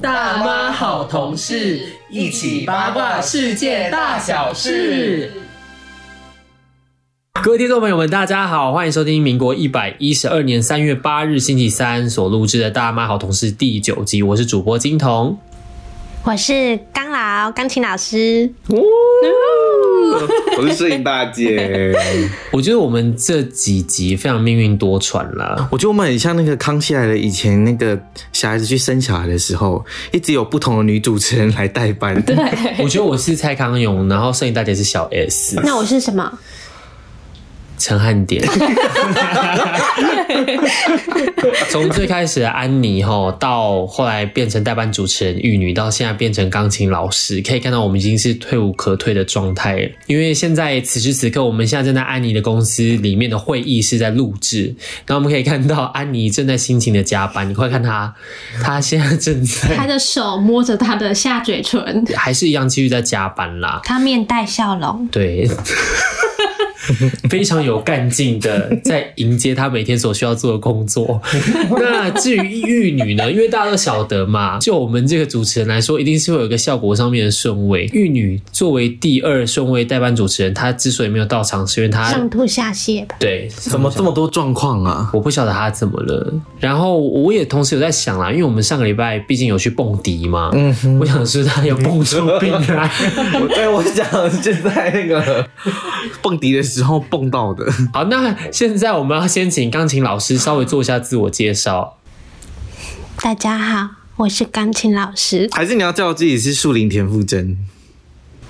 大妈好同事，一起八卦世界大小事。各位听众朋友们，大家好，欢迎收听民国一百一十二年三月八日星期三所录制的《大妈好同事》第九集，我是主播金童。我是刚老钢琴老师， 我是摄影大 姐，我觉得我们这几集非常命运多舛 啦，我觉得我们很像那个《康熙来了》以前那个小孩子去生小孩的时候，一直有不同的女主持人来代班。对，我觉得我是蔡康永，然后摄影大姐是小 S，那我是什么？陈汉典。从最开始的安妮吼，到后来变成代班主持人玉女，到现在变成钢琴老师，可以看到我们已经是退无可退的状态了。因为现在此时此刻，我们现在正在安妮的公司里面的会议室在录制，然后我们可以看到安妮正在辛勤的加班。你快看她，她现在正他在的手摸着他的下嘴唇，还是一样继续在加班啦。他面带笑容，对，非常有干劲的在迎接他每天所需要做的工 作。那至于玉女呢，因为大家都晓得嘛，就我们这个主持人来说，一定是会有一个效果上面的顺位。玉女作为第二顺位代班主持人，她之所以没有到场，是因为她上吐下泻吧。对怎么这么多状况啊？我不晓得他怎么了。然后我也同时有在想啦，因为我们上个礼拜毕竟有去蹦迪嘛，嗯我想是他有蹦 出病来。我 对我讲是在那个 蹦迪的时候蹦到的。好，那现在我们要先请钢琴老师稍微做一下自我介绍。大家好，我是钢琴老师。还是你要叫我自己是树林田馥甄？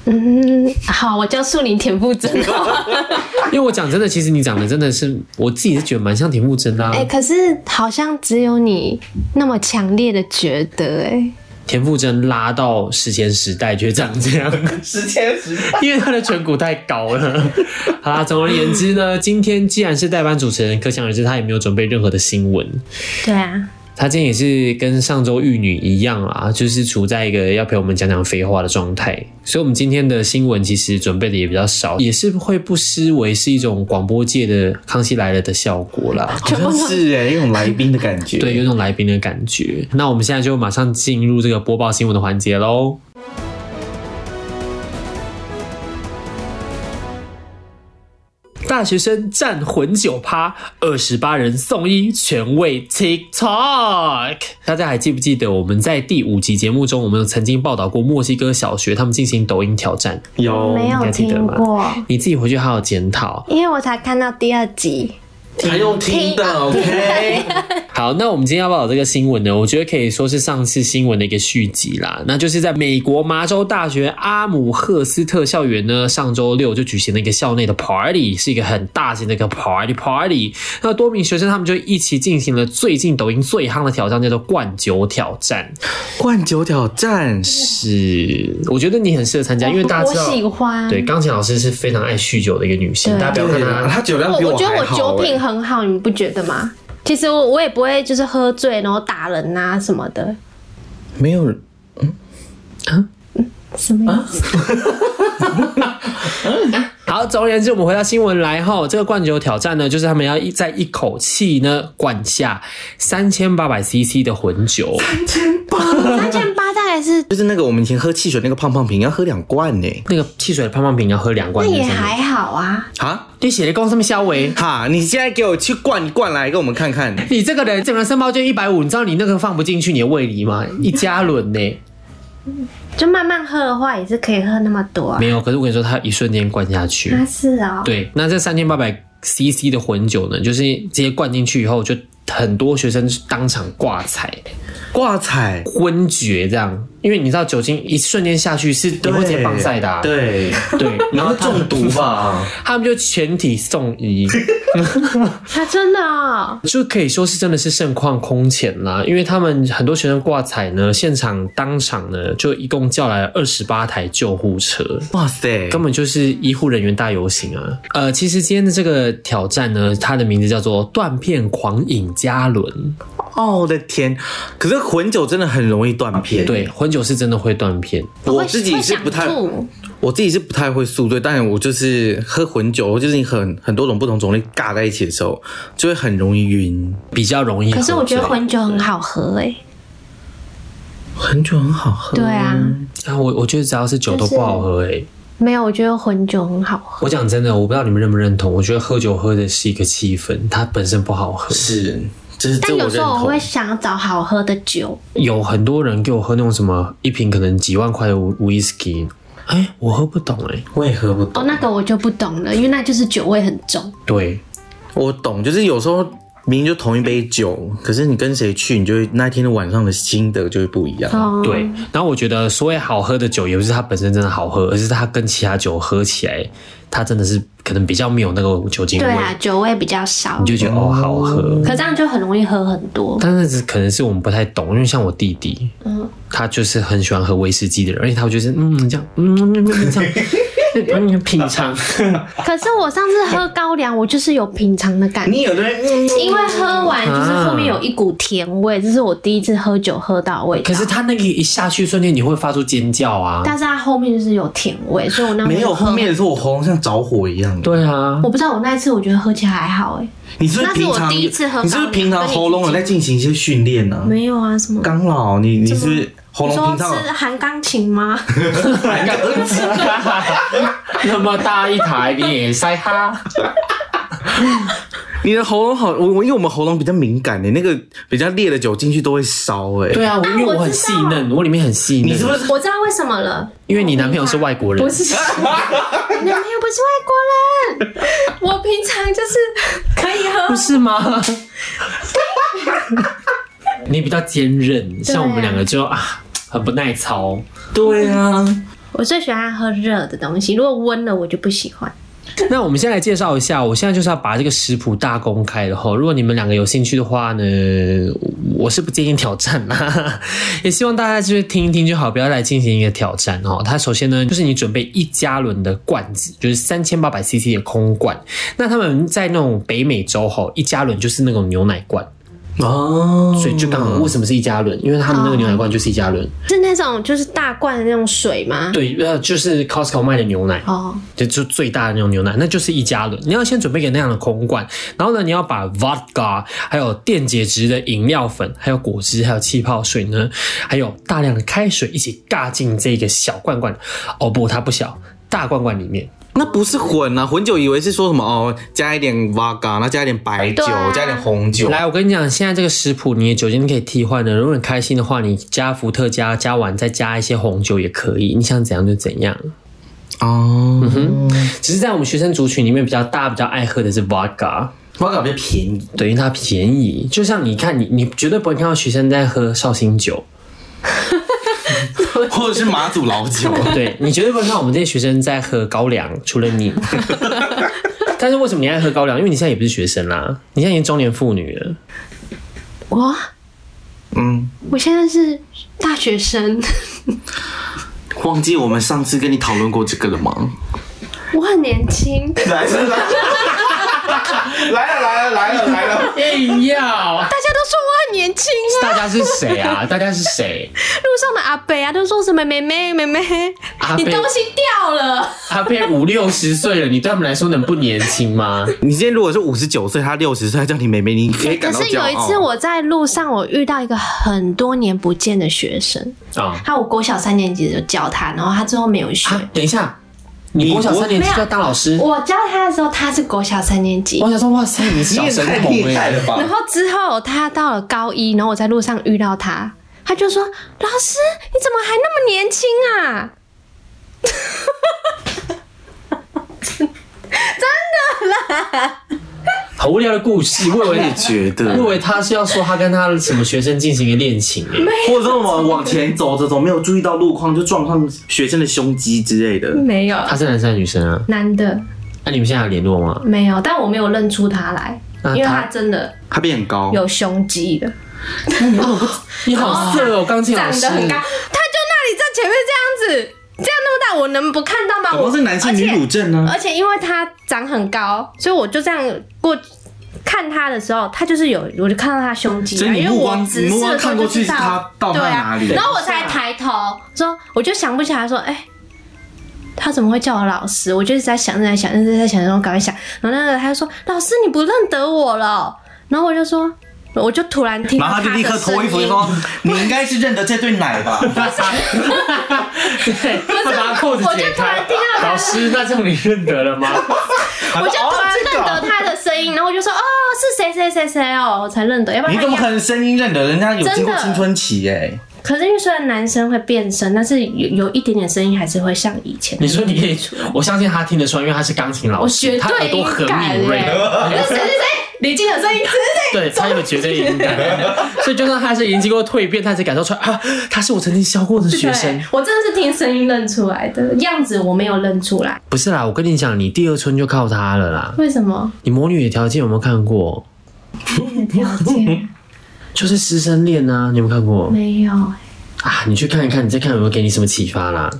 嗯，好，我叫树林田馥甄哦。因为我讲真的，其实你长得真的是，我自己是觉得蛮像田馥甄的、啊。 哎、可是好像只有你那么强烈的觉得、哎，田馥甄拉到史前时代就会长这样，时间时间。因为她的颧骨太高了。 好啦，总而言之呢，今天既然是代班主持人，可想而知她也没有准备任何的新闻。对啊，她今天也是跟上周玉女一样啦，就是处在一个要陪我们讲讲废话的状态，所以我们今天的新闻其实准备的也比较少，也是会不失为是一种广播界的《康熙来了》的效果啦。好像是哎、有一种来宾的感觉。对，有种来宾的感觉。那我们现在就马上进入这个播报新闻的环节喽。大学生战混酒趴，二十八人送医，全为 TikTok。大家还记不记得我们在第五集节目中，我们有曾经报道过墨西哥小学他们进行抖音挑战？有哦没应有该记得听吧过，你自己回去好好检讨。因为我才看到第二集。还用听的？OK， 好，那我们今天要报道这个新闻呢，我觉得可以说是上次新闻的一个续集啦。那就是在美国麻州大学阿姆赫斯特校园呢，上周六就举行了一个校内的 party，是一个很大型的一个 party party。那多名学生他们就一起进行了最近抖音最夯的挑战，叫做灌酒挑战。灌酒挑战。啊是，我觉得你很适合参加，因为大家我知道，喜欢。对，钢琴老师是非常爱酗酒的一个女性，对大家不要看啦她他酒量哦我比我觉得还我好、酒哎品很好，你们不觉得吗？其实我我也不会就是喝醉然后打人啊什么的，没有人什么意啊思？好，总而言之，我们回到新闻来哈，这个灌酒挑战呢，就是他们要一在一口气呢灌下三千八百 CC 的混酒，三千八大概是就是那个我们以前喝汽水那个胖胖瓶，要喝两罐欸呢、那个汽水的胖胖瓶要喝两那罐。也还好啊，啊你写的公上面消维，哈！你现在给我去灌一灌来给我们看看，你这个人整个身高就一百五，你知道你那个放不进去你的胃里吗？一加仑呢、就慢慢喝的话也是可以喝那么多啊没。有，可是我跟你说，它一瞬间灌下去。啊，是哦，对，那这三千八百 CC 的混酒呢，就是直接灌进去以后，就很多学生当场挂彩。挂彩。昏厥这样，因为你知道酒精一瞬间下去是你会直接棒晒的、啊，对，对，然然后后他中毒啊吧，他们就全体送医，他真的哦，就可以说是真的是盛况空前啦。因为他们很多学生挂彩呢，现场当场呢就一共叫来了二十八台救护车，哇塞，根本就是医护人员大游行啊！呃，其实今天的这个挑战呢，它的名字叫做“断片狂饮加仑哦我的天！可是混酒真的很容易断”，片。对，，混酒是真的会断片。我自己是不太会，想吐我自己是不太会宿醉，但我就是喝混酒，就是你很很多种不同种类尬在一起的时候，就会很容易晕。比较容易喝可醉，是我觉得混酒很好喝哎、很久很好喝。欸对啊，嗯啊，我我觉得只要是酒都不好喝哎、没有，我觉得混酒很好喝。我讲真的，我不知道你们认不认同，我觉得喝酒喝的是一个气氛，它本身不好喝。是，这是这但我有时认候我会同。想要找好喝的酒，有很多人给我喝那种什么一瓶可能几万块的 whisky，哎、我喝不懂哎、我也喝不哦，懂，那个我就不懂了，因为那就是酒味很重。对，我懂，就是有时候明明就同一杯酒，可是你跟谁去，你就会那一天的晚上的心得就会不一样。哦，对，然后我觉得所谓好喝的酒，也不是它本身真的好喝，而是它跟其他酒喝起来，它真的是可能比较没有那个酒精味，对啊，酒味比较少，你就觉得哦好喝。可这样就很容易喝很多。但是可能是我们不太懂，因为像我弟弟，嗯，他就是很喜欢喝威士忌的人，而且他会就是嗯这样，嗯嗯嗯嗯这样， 嗯品尝。可是我上次喝高粱，我就是有品尝的感觉。你有的人，因为喝完就是后面有一股甜味，这是我第一次喝酒喝到的味道。可是他那个一下去瞬间，你会发出尖叫啊！但是它后面就是有甜味，所以我那嗯，没有喝后面的时候我喉咙像着火一样。，对 啊，我不知道，我那一次我觉得喝起来还好哎、你是不是平那是我常第一次喝你是不是平常喉咙有在进行一些训练呢？没有啊什么。刚老，你你是不是喉你咙说啊平常有吃韩钢琴吗？ 那么大一台你也塞哈，你的喉咙好，我我因为我们喉咙比较敏感的，那个比较烈的酒进去都会烧哎、对啊，我因为我我很知细道嫩，我里面很细嫩。你是不是我知道为什么了，因为你男朋友是外国人？不是，你男朋友不是外国人， 我平常就是可以喝不是吗？ 你比较坚韧，像我们两个就啊很不耐操。对啊？我最喜欢喝热的东西，如果温了我就不喜欢。 那我们先来介绍一下，我现在就是要把这个食谱大公开了哈。如果你们两个有兴趣的话呢，我是不建议挑战啦， 也希望大家就是听一听就好，不要来进行一个挑战哦。它首先呢，就是你准备一加仑的罐子，就是三千八百 CC 的空罐。那他们在那种北美洲哈，一加仑就是那种牛奶罐，哦，所以就刚好为什么是一加仑？因为他们那个牛奶罐就是一加仑，是那种就是大罐的那种水吗？对，呃，就是 Costco 卖的牛奶。哦，就就最大的那种牛奶，那就是一加仑。你要先准备一个那样的空罐，然后呢，你要把 vodka，还有电解质的饮料粉，还有果汁，还有气泡水呢，还有大量的开水一起尬进这个小罐罐。哦不，它不小，大罐罐里面。那不是混啊，混酒以为是说什么哦，加一点 vodka，那加一点白酒，对啊加一点红酒，来，我跟你讲，现在这个食谱你的酒精可以替换的。如果你开心的话，你加伏特加，加完再加一些红酒也可以，你想怎样就怎样。哦，嗯只是在我们学生族群里面，比较大家比较爱喝的是 vodka。 vodka 比较便宜，等于它便宜。就像你看，你你绝对不会看到学生在喝绍兴酒，或者是马祖老 酒。对你绝对不会看到我们这些学生在喝高粱，除了你。 但是为什么你爱喝高粱？因为你现在也不是学生啦，你现在已经中年妇女了。我嗯，我现在是大学生，忘记我们上次跟你讨论过这个了吗？ 我很年轻，来了来了来了来了来了，哎呀，大家都说我很年轻啊，大家是谁啊？大家是谁？路上的阿伯啊都说什么妹妹妹妹，阿你贝，东西掉了。阿贝五六十岁了，你对他们来说能不年轻吗？你今天如果是五十九岁，他六十岁，他叫你妹妹，你可以可感到是骄傲。有一次我在路上，我遇到一个很多年不见的学生，啊、他我国小三年级就教他，然后他最后没有学。啊，等一下，你国小三年级就要当老师？我教他的时候，他是国小三年级哦我，想说，哇塞，你是小神童哎、了吧然后之后他到了高一，然后我在路上遇到他，他就说：“老师，你怎么还那么年轻啊？”好无聊的故事，我以为你觉得我以为他是要说他跟他什么学生进行一个恋情欸或者我们往前走着走，没有注意到路况，就撞上学生的胸肌之类的。没有，他是男生还是女生啊？男的那、你们现在有联络吗？没有，但我没有认出他来，那因为他他真的他变很高，有胸肌的，你好色哦，钢琴老长师得。很高，他 就那里在前面这样子，这样那么大，我能不看到吗？搞不我好是男性女乳症呢、而且因为他长很高，所以我就这样过看他的时候，他就是有，我就看到他胸肌所啊，以你因为目我光直你目视光的时候看过就去知道，是他到他对哪里啊，然后我才抬头说，我就想不起来说，哎、他怎么会叫我老师？我就一直在想，一直在想，一直在想，然后赶快想。然后那个他就说：“老师，你不认得我了。”然后我就说：“我就突然听到然后他他就的立刻脱衣服声音说：“你应该是认得这对奶 吧？”对，他把他裤子我就解突然开听。到他老师，那这样你认得了吗？ 我就突然认得他的声音，然后我就说哦，是谁谁谁谁哦，我才认得，要不然你他怎么一可样能声音认得？人家有经过真的青春期哎、可是因为虽然男生会变声，但是有有一点点声音还是会像以前。 你说你可以，我相信他听得出来，因为他是钢琴老我师，绝他耳对朵音很感敏锐。哎，那谁谁谁，李静的声音， 对他有绝对敏感，所以就算他是已经经过蜕变，他才感受出来啊，他是我曾经教过的学生对。，我真的是听声音认出来的，样子我没有认出来，不是啦，我跟你讲，你第二春就靠他了啦。为什么？你《魔女的条件》有没有看过？了解，就是师生恋啊，你有没有看过没有，啊？你去看一看，你再看有没有给你什么启发啦。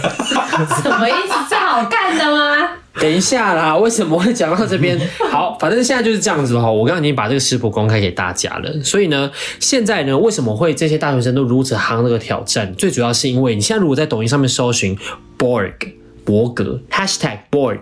什么意思？这好看的吗？等一下啦，为什么会讲到这边？好，反正现在就是这样子哈。我刚刚已经把这个食谱公开给大家了，所以呢，现在呢，为什么会这些大学生都如此夯这个挑战？最主要是因为你现在如果在抖音上面搜寻 Borg。伯格 #hashtag Borg，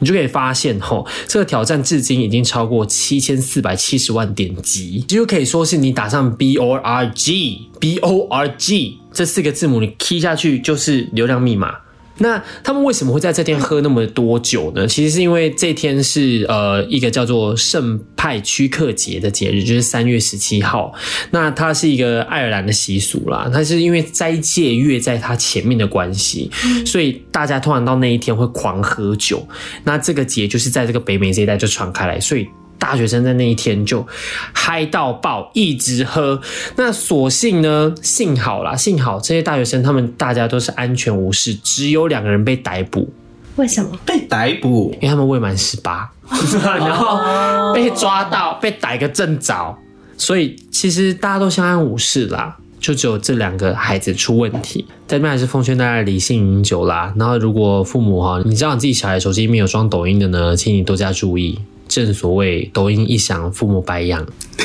你就可以发现吼，这个挑战至今已经超过七千四百七十万点击，几乎可以说是你打上 B O R G B O R G 这四个字母，你 key 下去就是流量密码。那他们为什么会在这天喝那么多酒呢？其实是因为这天是呃一个叫做圣派屈克节的节日，就是三月十七号。那它是一个爱尔兰的习俗啦，它是因为斋戒月在它前面的关系，所以大家通常到那一天会狂喝酒。那这个节就是在这个北美这一带就传开来，所以。大学生在那一天就嗨到爆，一直喝。那所幸呢，幸好啦，幸好这些大学生他们大家都是安全无事，只有两个人被逮捕，为什么？被逮捕因 为他们未满十八，然哦后被抓到，被逮个正着。所以其实大家都相安无事啦，就只有这两个孩子出问题。在这边还是奉劝大家理性饮酒啦。然后如果父母哈，你知道你自己小孩手机里面有装抖音的呢，请你多加注意。正所谓抖音一响，父母白养。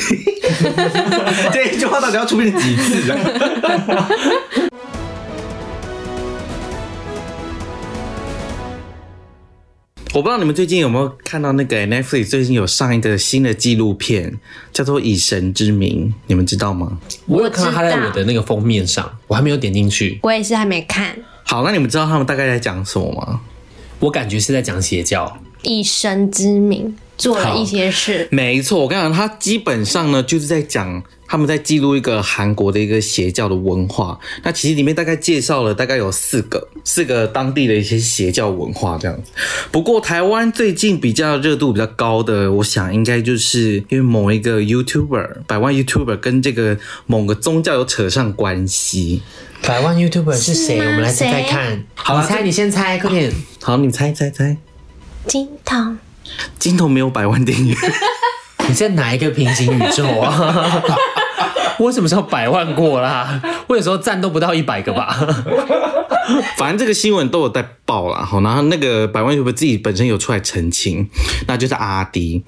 这一句话到底要出现几次啊？我不知道你们最近有没有看到那个 Netflix 最近有上一个新的纪录片，叫做《以神之名》，你们知道吗？我有看到他在知道我的那个封面上，我还没有点进去，我也是还没看，好，那你们知道他们大概在讲什么吗？我感觉是在讲邪教。以神之名做了好一些事，没错，我跟你讲，他基本上呢就是在讲他们在记录一个韩国的一个邪教的文化。那其实里面大概介绍了大概有四个四个当地的一些邪教文化这样子。不过台湾最近比较热度比较高的，我想应该就是因为某一个 YouTuber 百万 YouTuber 跟这个某个宗教有扯上关系。百万 YouTuber 是谁？是吗我们来猜猜谁看。好啊你猜，你先猜，快点。好，你猜猜猜，金童金童没有百万订阅。你在哪一个平行宇宙啊？ 我什么时候百万过啦？我有时候赞都不到一百个吧。 反正这个新闻都有在报啦，好，然后那个百万 y o 自己本身有出来澄清，那就是阿迪。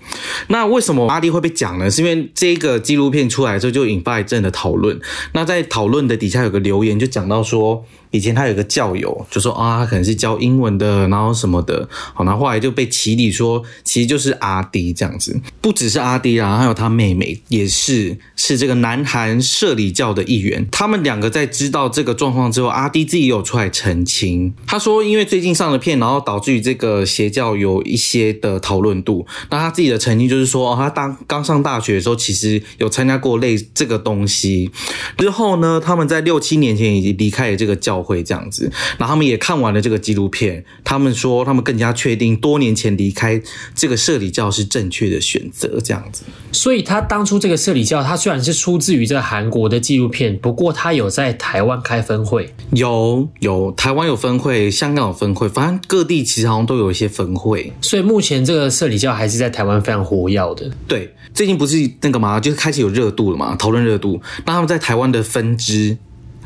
那为什么阿迪会被讲呢？是因为这个纪录片出来之后就引发一阵的讨论。那在讨论的底下有个留言就讲到说，以前他有个教友就说啊，他可能是教英文的，然后什么的，好，然后后来就被起底说其实就是阿迪这样子。不只是阿迪啦，还有他妹妹也是是这个南韩社里教的一员。他们两个在知道这个状况之后，阿迪自己有出来澄清，他说因为最近上了片，然后导致于这个邪教有一些的讨论度。那他自己的澄清就是说，哦、他当刚上大学的时候，其实有参加过类这个东西。之后呢，他们在六七年前已经离开了这个教会这样子，然后他们也看完了这个纪录片，他们说他们更加确定多年前离开这个社里教是正确的选择这样子。所以他当初这个社里教，他虽然是出自于这个韩国的纪录片，不过他有在台湾开分会。有有，台湾有分会，香港有分会，反正各地其实好像都有一些分会。所以目前这个社里教还是在台湾非常活跃的。对，最近不是那个嘛，就是开始有热度了嘛，讨论热度。那他们在台湾的分支。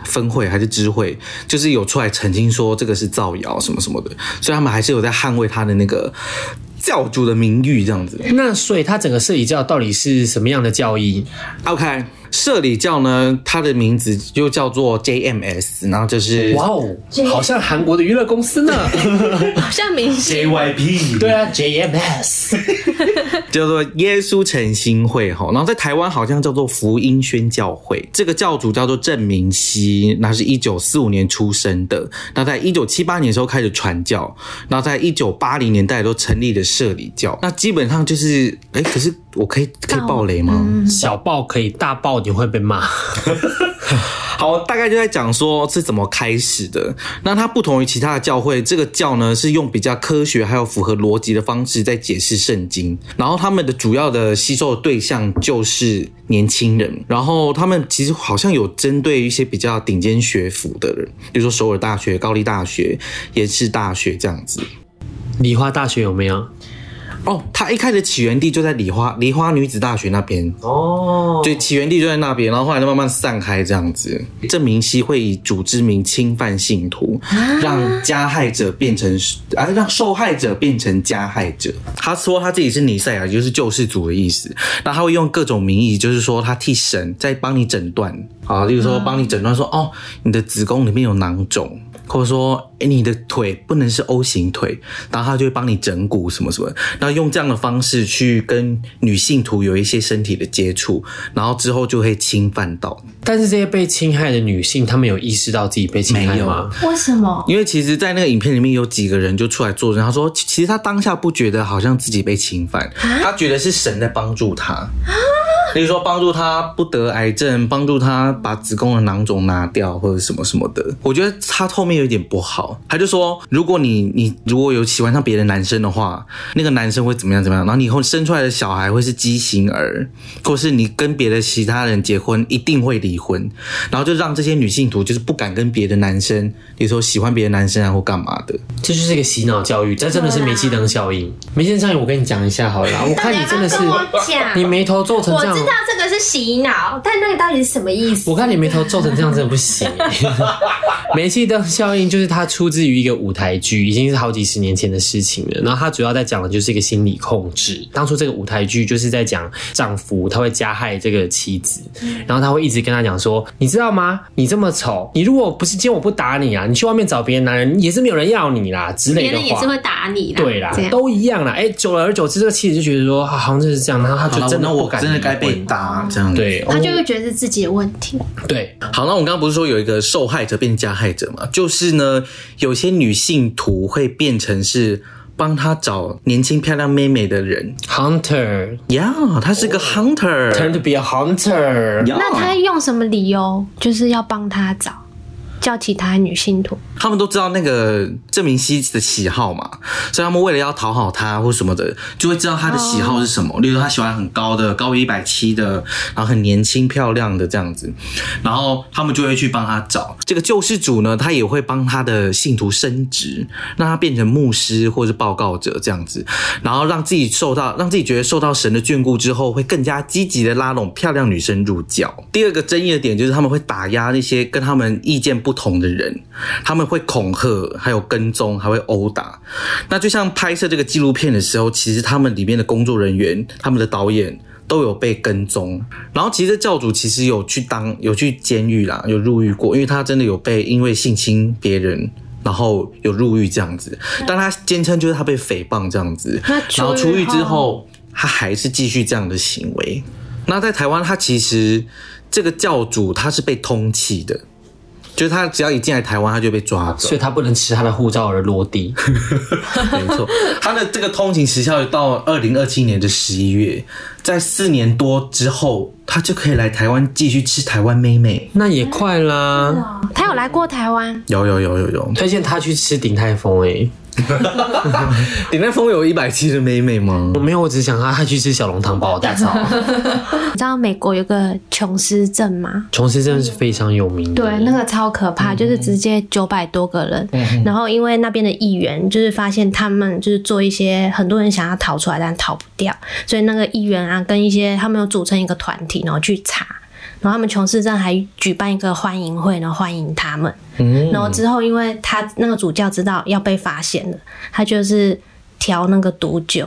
分会还是支会，就是有出来澄清说这个是造谣什么什么的，所以他们还是有在捍卫他的那个教主的名誉这样子。那所以他整个社里教到底是什么样的教义？ OK，社里教呢，它的名字就叫做 JMS，然后就是哇哦，好像韩国的娱乐公司呢。好像明星 JYP， 对，啊，JMS 叫做耶稣诚心会吼，然后在台湾好像叫做福音宣教会，这个教主叫做郑明熙，那是一九四五年出生的，那在一九七八年的时候开始传教，然后在一九八零年代都成立了社里教，那基本上就是，哎，可是我可以可以爆雷吗？小爆可以，大爆你会被骂。好，大概就在讲说是怎么开始的。那它不同于其他的教会，这个教呢是用比较科学还有符合逻辑的方式在解释圣经。然后他们的主要的吸收的对象就是年轻人。然后他们其实好像有针对一些比较顶尖学府的人，比如说首尔大学、高丽大学、延世大学这样子。梨花大学有没有？哦，它一开始起源地就在梨花梨花女子大学那边哦，对，起源地就在那边，然后后来就慢慢散开这样子。郑明熙会以主之名侵犯信徒，让加害者变成啊，让受害者变成加害者。他说他自己是尼赛亚，也就是救世主的意思。那他会用各种名义，就是说他替神在帮你诊断啊，例如说帮你诊断说哦，你的子宫里面有囊肿。或者说，哎、你的腿不能是 O 型腿，然后他就会帮你整骨什么什么，然后用这样的方式去跟女性徒有一些身体的接触，然后之后就会侵犯到。但是这些被侵害的女性，她们有意识到自己被侵害没有吗？为什么？因为其实，在那个影片里面有几个人就出来作证，他说，其其实他当下不觉得好像自己被侵犯，他觉得是神在帮助他。例如说，帮助他不得癌症，帮助他把子宫的囊肿拿掉，或者什么什么的。我觉得他后面有点不好，他就说，如果你你如果有喜欢上别的男生的话，那个男生会怎么样怎么样，然后你以后生出来的小孩会是畸形儿，或是你跟别的其他人结婚一定会离婚，然后就让这些女性徒就是不敢跟别的男生，比如说喜欢别的男生啊或干嘛的。这就是一个洗脑教育，这真的是煤气灯效应。煤气灯效应，我跟你讲一下好了啦，我看你真的是大家不要跟我，讲你眉头皱成我这样知，道这个是洗脑，但那个到底是什么意思？我看你眉头皱成这样真的不行。欸 煤气灯效应就是它出自于一个舞台剧，已经是好几十年前的事情了。然后它主要在讲的就是一个心理控制。当初这个舞台剧就是在讲丈夫他会加害这个妻子，嗯然后他会一直跟他讲说：“你知道吗？你这么丑，你如果不是今天我不打你啊，你去外面找别的男人也是没有人要你啦之类别的话。”人也是会打你啊的，对啦这，样都一样啦。哎、久而久之，这个妻子就觉得说，啊好像就是这样，然后他好就了，真的啊那不我敢真的该离婚被打这样。，对，他哦就会觉得是自己的问题。对，好，那我们刚刚不是说有一个受害者变加害者嘛？就是呢，有些女性徒会变成是帮她找年轻漂亮妹妹的人 hunter 呀她是个 hunter，、 turn to be a hunter，那哦他用什么理由就是要帮他找，叫其他女性徒？他们都知道那个郑明熙的喜好嘛，所以他们为了要讨好他或什么的，就会知道他的喜好是什么。例如他喜欢很高的，高于一百七的，然后很年轻漂亮的这样子，然后他们就会去帮他找这个救世主呢，他也会帮他的信徒升职，让他变成牧师或是报告者这样子，然后让自己受到，让自己觉得受到神的眷顾之后，会更加积极的拉拢漂亮女生入教。第二个争议的点就是他们会打压那些跟他们意见不同的人，他们会恐吓，还有跟踪，还会殴打。那就像拍摄这个纪录片的时候，其实他们里面的工作人员、他们的导演都有被跟踪。然后其实教主其实有去当有去监狱啦，有入狱过，因为他真的有被因为性侵别人。然后有入狱这样子，但他坚称就是他被诽谤这样子那，然后出出狱狱之后后，他还是继续这样的行为。那在台湾，他其实这个教主他是被通缉的，就是他只要一进来台湾，他就被抓走所。以他不能持他的护照而落 地。没错，他的这个通勤时效到二零二七年的十一月，在四年多之后，他就可以来台湾继续吃台湾妹妹。那也快啦，他有来过台湾，有有有有有，推荐他去吃鼎泰丰欸诶、你那峰有一百七的妹妹吗我？没有，我只想他他去吃小笼汤包蛋。 你知道美国有个琼斯镇吗？琼斯真的是非常有名的，对，那个超可怕，嗯就是直接九百多个人。然后因为那边的议员就是发现他们就是做一些很多人想要逃出来但逃不掉，所以那个议员啊跟一些他们有组成一个团体，然后去查。然后他们琼斯镇还举办一个欢迎会，然后欢迎他们。嗯然后之后，因为他那个主教知道要被发现了，他就是调那个毒酒，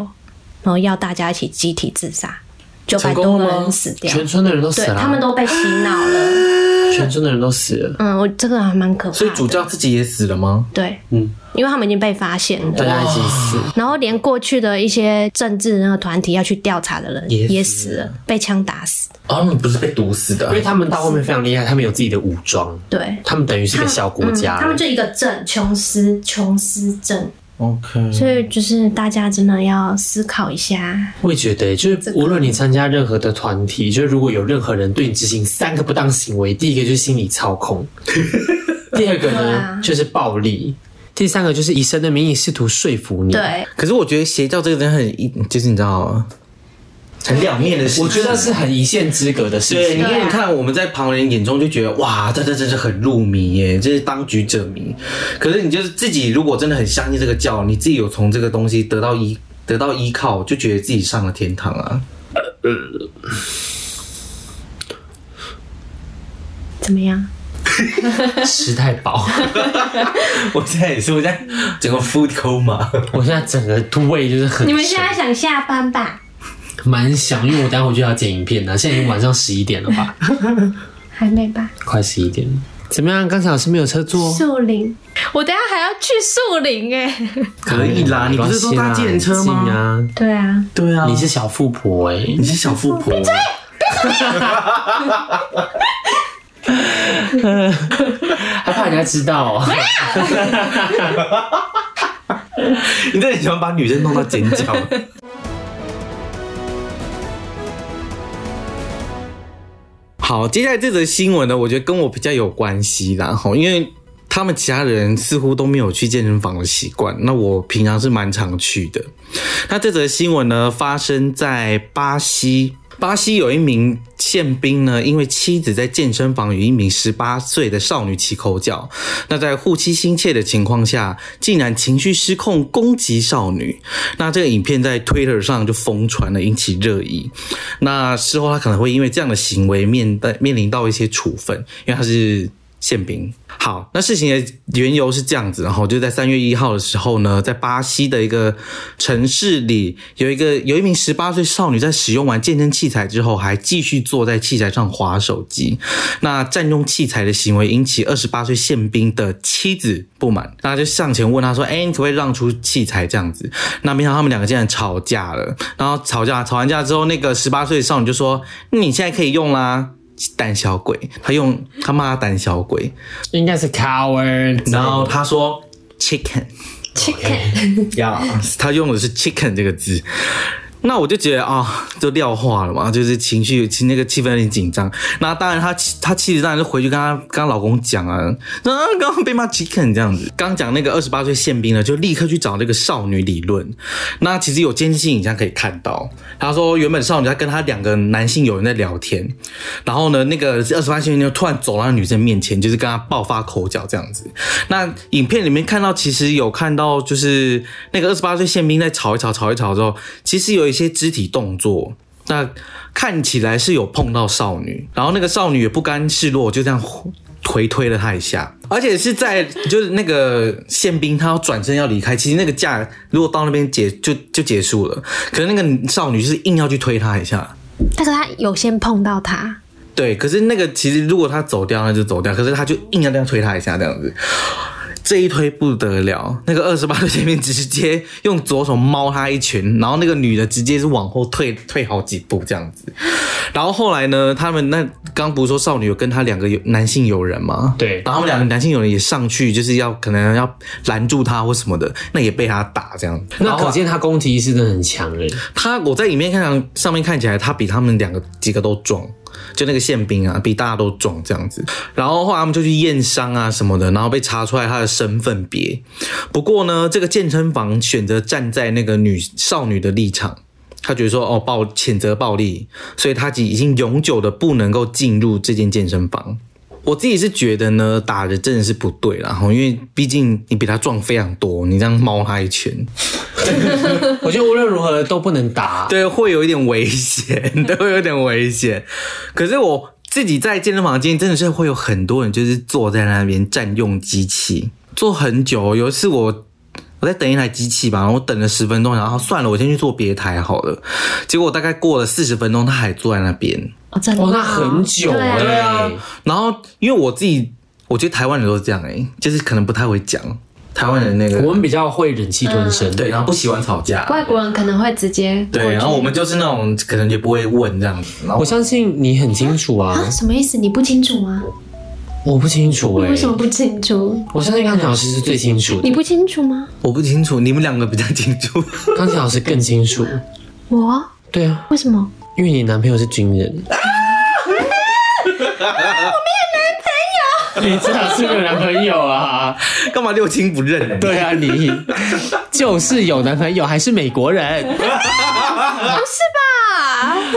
然后要大家一起集体自杀。九百成多功个了吗人死？掉，全村的人都死对了，啊他们都被洗脑了。全村的人都死了，嗯，我这个还蛮可怕的。所以主教自己也死了吗？对，嗯因为他们已经被发现大了。家一起死。然后连过去的一些政治那个团体要去调查的人也死也死了，被枪打死。哦，你不是被毒死因为的，啊他们到后面非常厉害，他们有自己的武装，对，他们等于是个小国家嗯他们就一个镇，琼斯琼斯镇， ，OK，所以就是大家真的要思考一下。我也觉得，就是无论你参加任何的团体，就是如果有任何人对你执行三个不当行为，第一个就是心理操 控，第二个对呢啊就是暴力，第三个就是以神的名义试图说服你。，对，可是我觉得邪教这个真的很，就是你知道，很两面的事情。我觉得是很一线之隔的事对，你情。看，你看，我们在旁人眼中就觉得哇，这这真是很入迷耶，这是当局者迷。可是你就是自己，如果真的很相信这个教，你自己有从这个东西得到依得到依靠，就觉得自己上了天堂啊。怎么样？吃太饱， 我现在也是，我现在整个 food coma。我现在整个胃就是很你们现在想下班吧？蛮想，因为我待会就要剪影片了，现在已经晚上十一点了 吧，还没吧？快十一点了。怎么样？刚才老师没有车坐哦，树林，我等一下还要去树林哎、欸可以啦，你不是说搭计程车安静吗？啊？对啊，对啊，你是小富婆哎、 你是小富婆。还怕人家知道、哦。你真的很喜欢把女生弄到尖叫。好，接下来这则新闻呢，我觉得跟我比较有关系啦，吼，因为他们其他人似乎都没有去健身房的习惯，那我平常是蛮常去的。那这则新闻呢，发生在巴西。巴西有一名宪兵呢，因为妻子在健身房与一名十八岁的少女起口角，那在护妻心切的情况下，竟然情绪失控攻击少女。那这个影片在 Twitter 上就疯传了，引起热议。那事后他可能会因为这样的行为面对面临到一些处分，因为他是宪兵。好，那事情的缘由是这样子，然后就在三月一号的时候呢，在巴西的一个城市里，有一个有一名十八岁少女在使用完健身器材之后，还继续坐在器材上划手机。那占用器材的行为引起二十八岁宪兵的妻子不满，那就上前问他说：“哎、你可不可以让出器材？”这样子。那没想到他们两个竟然吵架了，然后吵架吵完架之后，那个十八岁的少女就说：“你现在可以用啦。”胆小鬼，他用他骂他胆小鬼，应该是 coward，然后他说 chicken，呀，他用的是 chicken 这个字。那我就觉得啊、就廖化了嘛，就是情绪，其那个气氛有点紧张。那当然他，妻他妻子当然是回去跟他跟他老公讲啊，那、啊、刚刚被骂 chicken 这样子。刚讲那个二十八岁宪兵呢，就立刻去找那个少女理论。那其实有监视器影像可以看到，他说原本少女在跟她两个男性友人在聊天，然后呢，那个二十八岁呢突然走到那女生面前，就是跟她爆发口角这样子。那影片里面看到，其实有看到就是那个二十八岁宪兵在吵一吵、吵一吵之后，其实有一些肢体动作。那看起来是有碰到少女，然后那个少女也不甘示弱，就这样回推了她一下，而且是在就是那个宪兵他要转身要离开，其实那个架如果到那边结就就结束了，可是那个少女就是硬要去推他一下，但是他有先碰到他，对，可是那个其实如果他走掉，那就走掉。可是他就硬要这样推他一下，这样子，这一推不得了，那个二十八岁前面直接用左手猫他一拳，然后那个女的直接是往后退退好几步这样子。然后后来呢，他们那刚不是说少女有跟他两个有男性友人吗？对然后他们两个男性友人也上去，就是要可能要拦住他或什么的，那也被他打这样子。那可见他攻击意识真的很强哎、他我在影片看上面看起来，他比他们两个几个都壮，就那个宪兵啊，比大家都壮这样子。然后后来他们就去验伤啊什么的，然后被查出来他的身份别。不过呢，这个健身房选择站在那个女少女的立场。他觉得说，哦，暴谴责暴力，所以他已经永久的不能够进入这间健身房。我自己是觉得呢，打人真的是不对啦，吼因为毕竟你比他壮非常多，你这样猫他一拳， 我觉得无论如何都不能 打。对，会有一点危险， 都会有点危险。可是我自己在健身房间真的是会有很多人就是坐在那边占用机器，坐很久。有一次我我在等一台机器吧，然后我等了十分钟，然后算了，我先去做别台好了。结果大概过了四十分钟，他还坐在那边。哦，真的、哦，那很久对哎、啊对啊，然后因为我自己，我觉得台湾人都是这样哎、就是可能不太会讲台湾人那个，我们比较会忍气吞声，对，然后不喜欢吵架，外国人可能会直接对，然后我们就是那种可能也不会问这样子，然后我相信你很清楚啊啊，，什么意思？你不清楚吗？我不清楚你哎、为什么不清楚？我相信钢琴老师是最清楚你的，不清楚吗？我不清楚，你们两个比较清楚，钢琴老师更清楚。我对啊，为什么？因为你男朋友是军人。我没有男朋友，你最好是没有男朋友啊？干嘛六亲不认？对啊，你 就是有男朋友，还是美国人？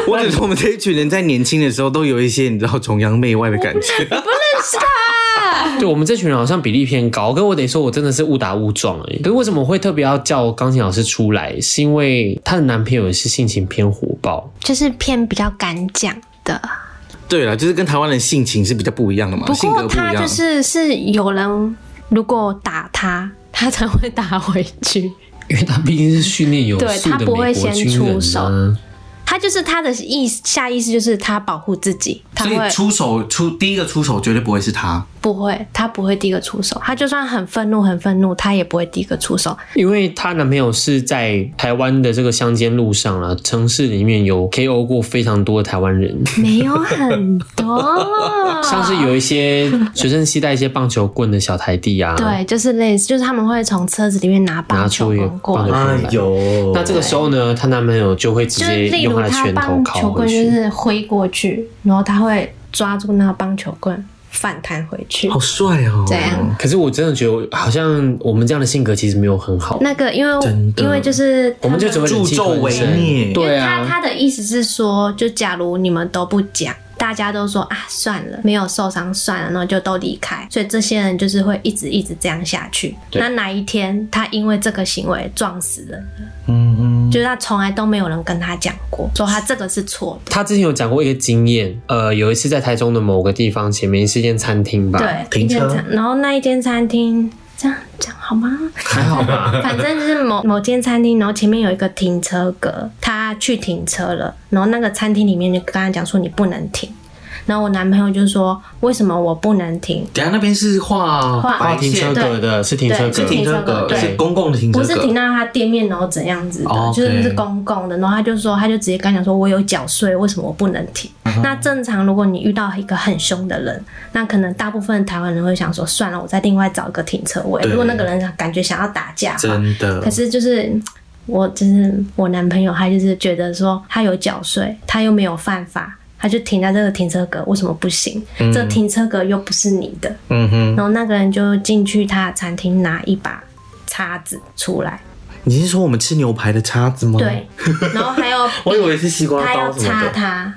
我只是我们这一群人在年轻的时候都有一些你知道崇洋媚外的感觉， 对我们这群人好像比例偏高，跟我得说，我真的是误打误撞而已。可是为什么会特别要叫钢琴老师出来？是因为她的男朋友也是性情偏火爆，就是偏比较敢讲的，对了，就是跟台湾人性情是比较不一样的嘛，不性格过不一他样就。是是有人如果打他，他才会打回去。因为他毕竟是训练有对素他的美不国会先军出人手啊。他就是他的意思下意识就是他保护自己，他所会以出手出第一个出手绝对不会是他，不会他不会第一个出手，他就算很愤怒很愤怒，他也不会第一个出手。因为她男朋友是在台湾的这个乡间路上啊，城市里面有 KO 过非常多的台湾人，没有很多， 像是有一 些随身携带一些棒球棍的小台弟啊，，对，就是类似，就是他们会从车子里面拿拿棒球出一个棍过棒球来。啊棍来。呦那这个时候呢，她男朋友就会直就是接例用如他的他拳头棒敲球棍回就去。是挥过去，然后他会抓住那个棒球棍反弹回去。好帅哦！怎样可是我真的觉得，好像我们这样的性格其实没有很好，那个因为真的因为就是他我们就只会忍气吞助纣为声虐对他啊，他的意思是说，就假如你们都不讲。大家都说啊，算了，没有受伤算了，然后就都离开。所以这些人就是会一直一直这样下去。对那哪一天他因为这个行为撞死人了，嗯就是他从来都没有人跟他讲过，说他这个是错的。他之前有讲过一个经验，呃，有一次在台中的某个地方前面是一间餐厅吧，，对，停一间车餐，然后那一间餐厅这样讲好吗？还好吧。 反正就是某某间餐厅，然后前面有一个停车格，他去停车了，然后那个餐厅里面就跟他讲说你不能停，然后我男朋友就说为什么我不能停？等一下那边是画画画白停车线，格的，是停车对是格。停车格，对是公共的停车不格，是停到他店面，然后怎样子的哦，OK 就是是公共的，然后他就说，他就直接跟他讲说，我有缴税，为什么我不能停？嗯那正常，如果你遇到一个很凶的人，那可能大部分台湾人会想说，算了，我再另外找一个停车位。对如果那个人感觉想要打架的话，真的。可是就是我就是我男朋友，他就是觉得说他有缴税，他又没有犯法，他就停在这个停车格，为什么不行？这停车格又不是你的。嗯哼，然后那个人就进去他的餐厅拿一把叉子出来，你是说我们吃牛排的叉子吗？对，然后 还有我以为是西瓜他要刀什么插的。他。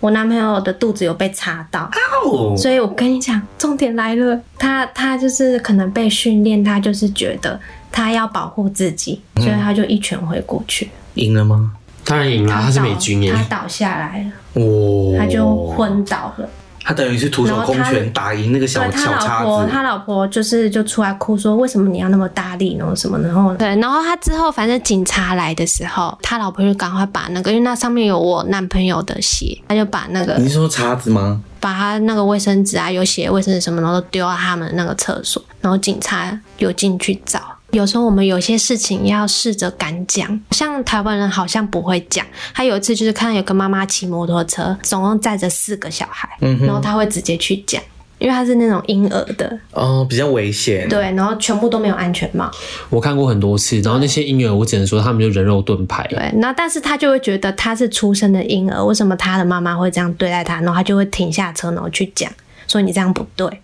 我男朋友的肚子有被插到，哦所以我跟你讲，重点来了，他他就是可能被训练，他就是觉得他要保护自己，所以他就一拳挥过去。赢了吗？当然赢了，他是美军耶啊他。倒下来了，哦，他就昏倒了。他等于是徒手空然后他拳打赢那个小对小他叉老婆，他子。老婆就是就出来哭说，为什么你要那么大力，然后什么，然后对，然后他之后反正警察来的时候，他老婆就赶快把那个，因为那上面有我男朋友的血，他就把那个你是说叉子吗？把他那个卫生纸啊，有血卫生纸什么，然后都丢到他们那个厕所，然后警察有进去找。有时候我们有些事情要试着敢讲，像台湾人好像不会讲。他有一次就是看到有个妈妈骑摩托车，总共载着四个小孩，然后他会直接去讲，因为他是那种婴儿的，哦，比较危险。对，然后全部都没有安全帽，我看过很多次，然后那些婴儿，我只能说他们就人肉盾牌。对，那但是他就会觉得他是出生的婴儿，为什么他的妈妈会这样对待他？然后他就会停下车，然后去讲，说你这样不对，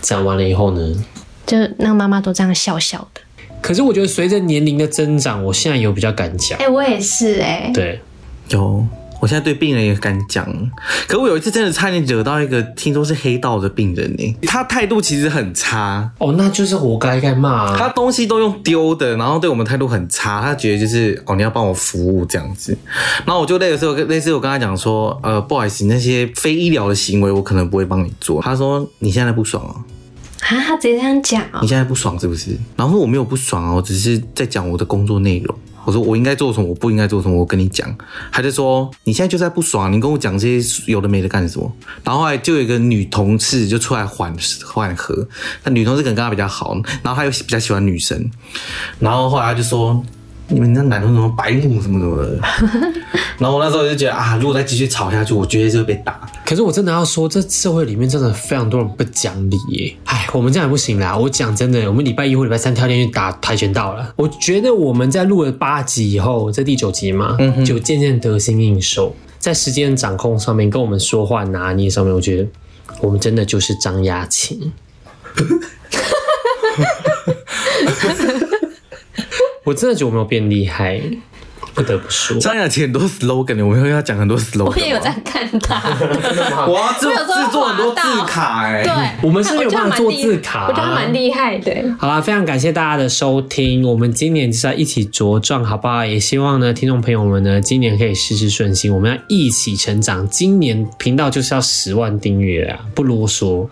讲完了以后呢？就是那个妈妈都这样笑笑的。可是我觉得随着年龄的增长，我现在有比较敢讲哎、。我也是哎、对，有，我现在对病人也敢讲。可我有一次真的差点惹到一个听说是黑道的病人呢、他态度其实很差，哦，那就是活该该骂啊。他东西都用丢的，然后对我们态度很差，他觉得就是哦，你要帮我服务这样子。然后我就类似我跟类似我跟他讲说，呃，不好意思，那些非医疗的行为我可能不会帮你做。他说你现在不爽啊，啊，他直接这样讲哦、你现在不爽是不是？然后我没有不爽啊，我只是在讲我的工作内容。我说我应该做什么，我不应该做什么，我跟你讲。他就说你现在就在不爽，你跟我讲这些有的没的干什么？然后后来就有一个女同事就出来缓缓和，那女同事可能跟他比较好，然后他又比较喜欢女生，然后后来他就说你们那男同什么白目什么什么的。然后我那时候就觉得啊，如果再继续吵下去，我绝对是会被打。可是我真的要说，这社会里面真的非常多人不讲理耶！哎，我们这样也不行啦。我讲真的，我们礼拜一或礼拜三跳进去打跆拳道了。我觉得我们在录了八集以后，在第九集嘛，就渐渐得心应手，在时间掌控上面，跟我们说话拿捏上面，我觉得我们真的就是张雅琴。我真的觉得我没有变厉害，不得不说。张雅琴很多 slogan，我们要讲很多 slogan。我也有在看他， 我要制我有时候制作很多滑到字卡哎、我对，们是没有我觉办得法蛮厉做字卡啊我觉得他蛮厉害的。好啦，非常感谢大家的收听，我们今年就是要一起茁壮，好不好？也希望呢，听众朋友们呢，今年可以事事顺心，我们要一起成长。今年频道就是要十万订阅啊，不啰嗦。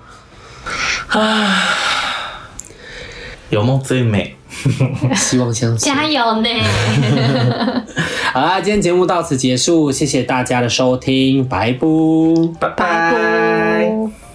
有梦最美。希望相信。加油呢！ 好啦，今天节目到此结束，谢谢大家的收听，拜拜。拜拜。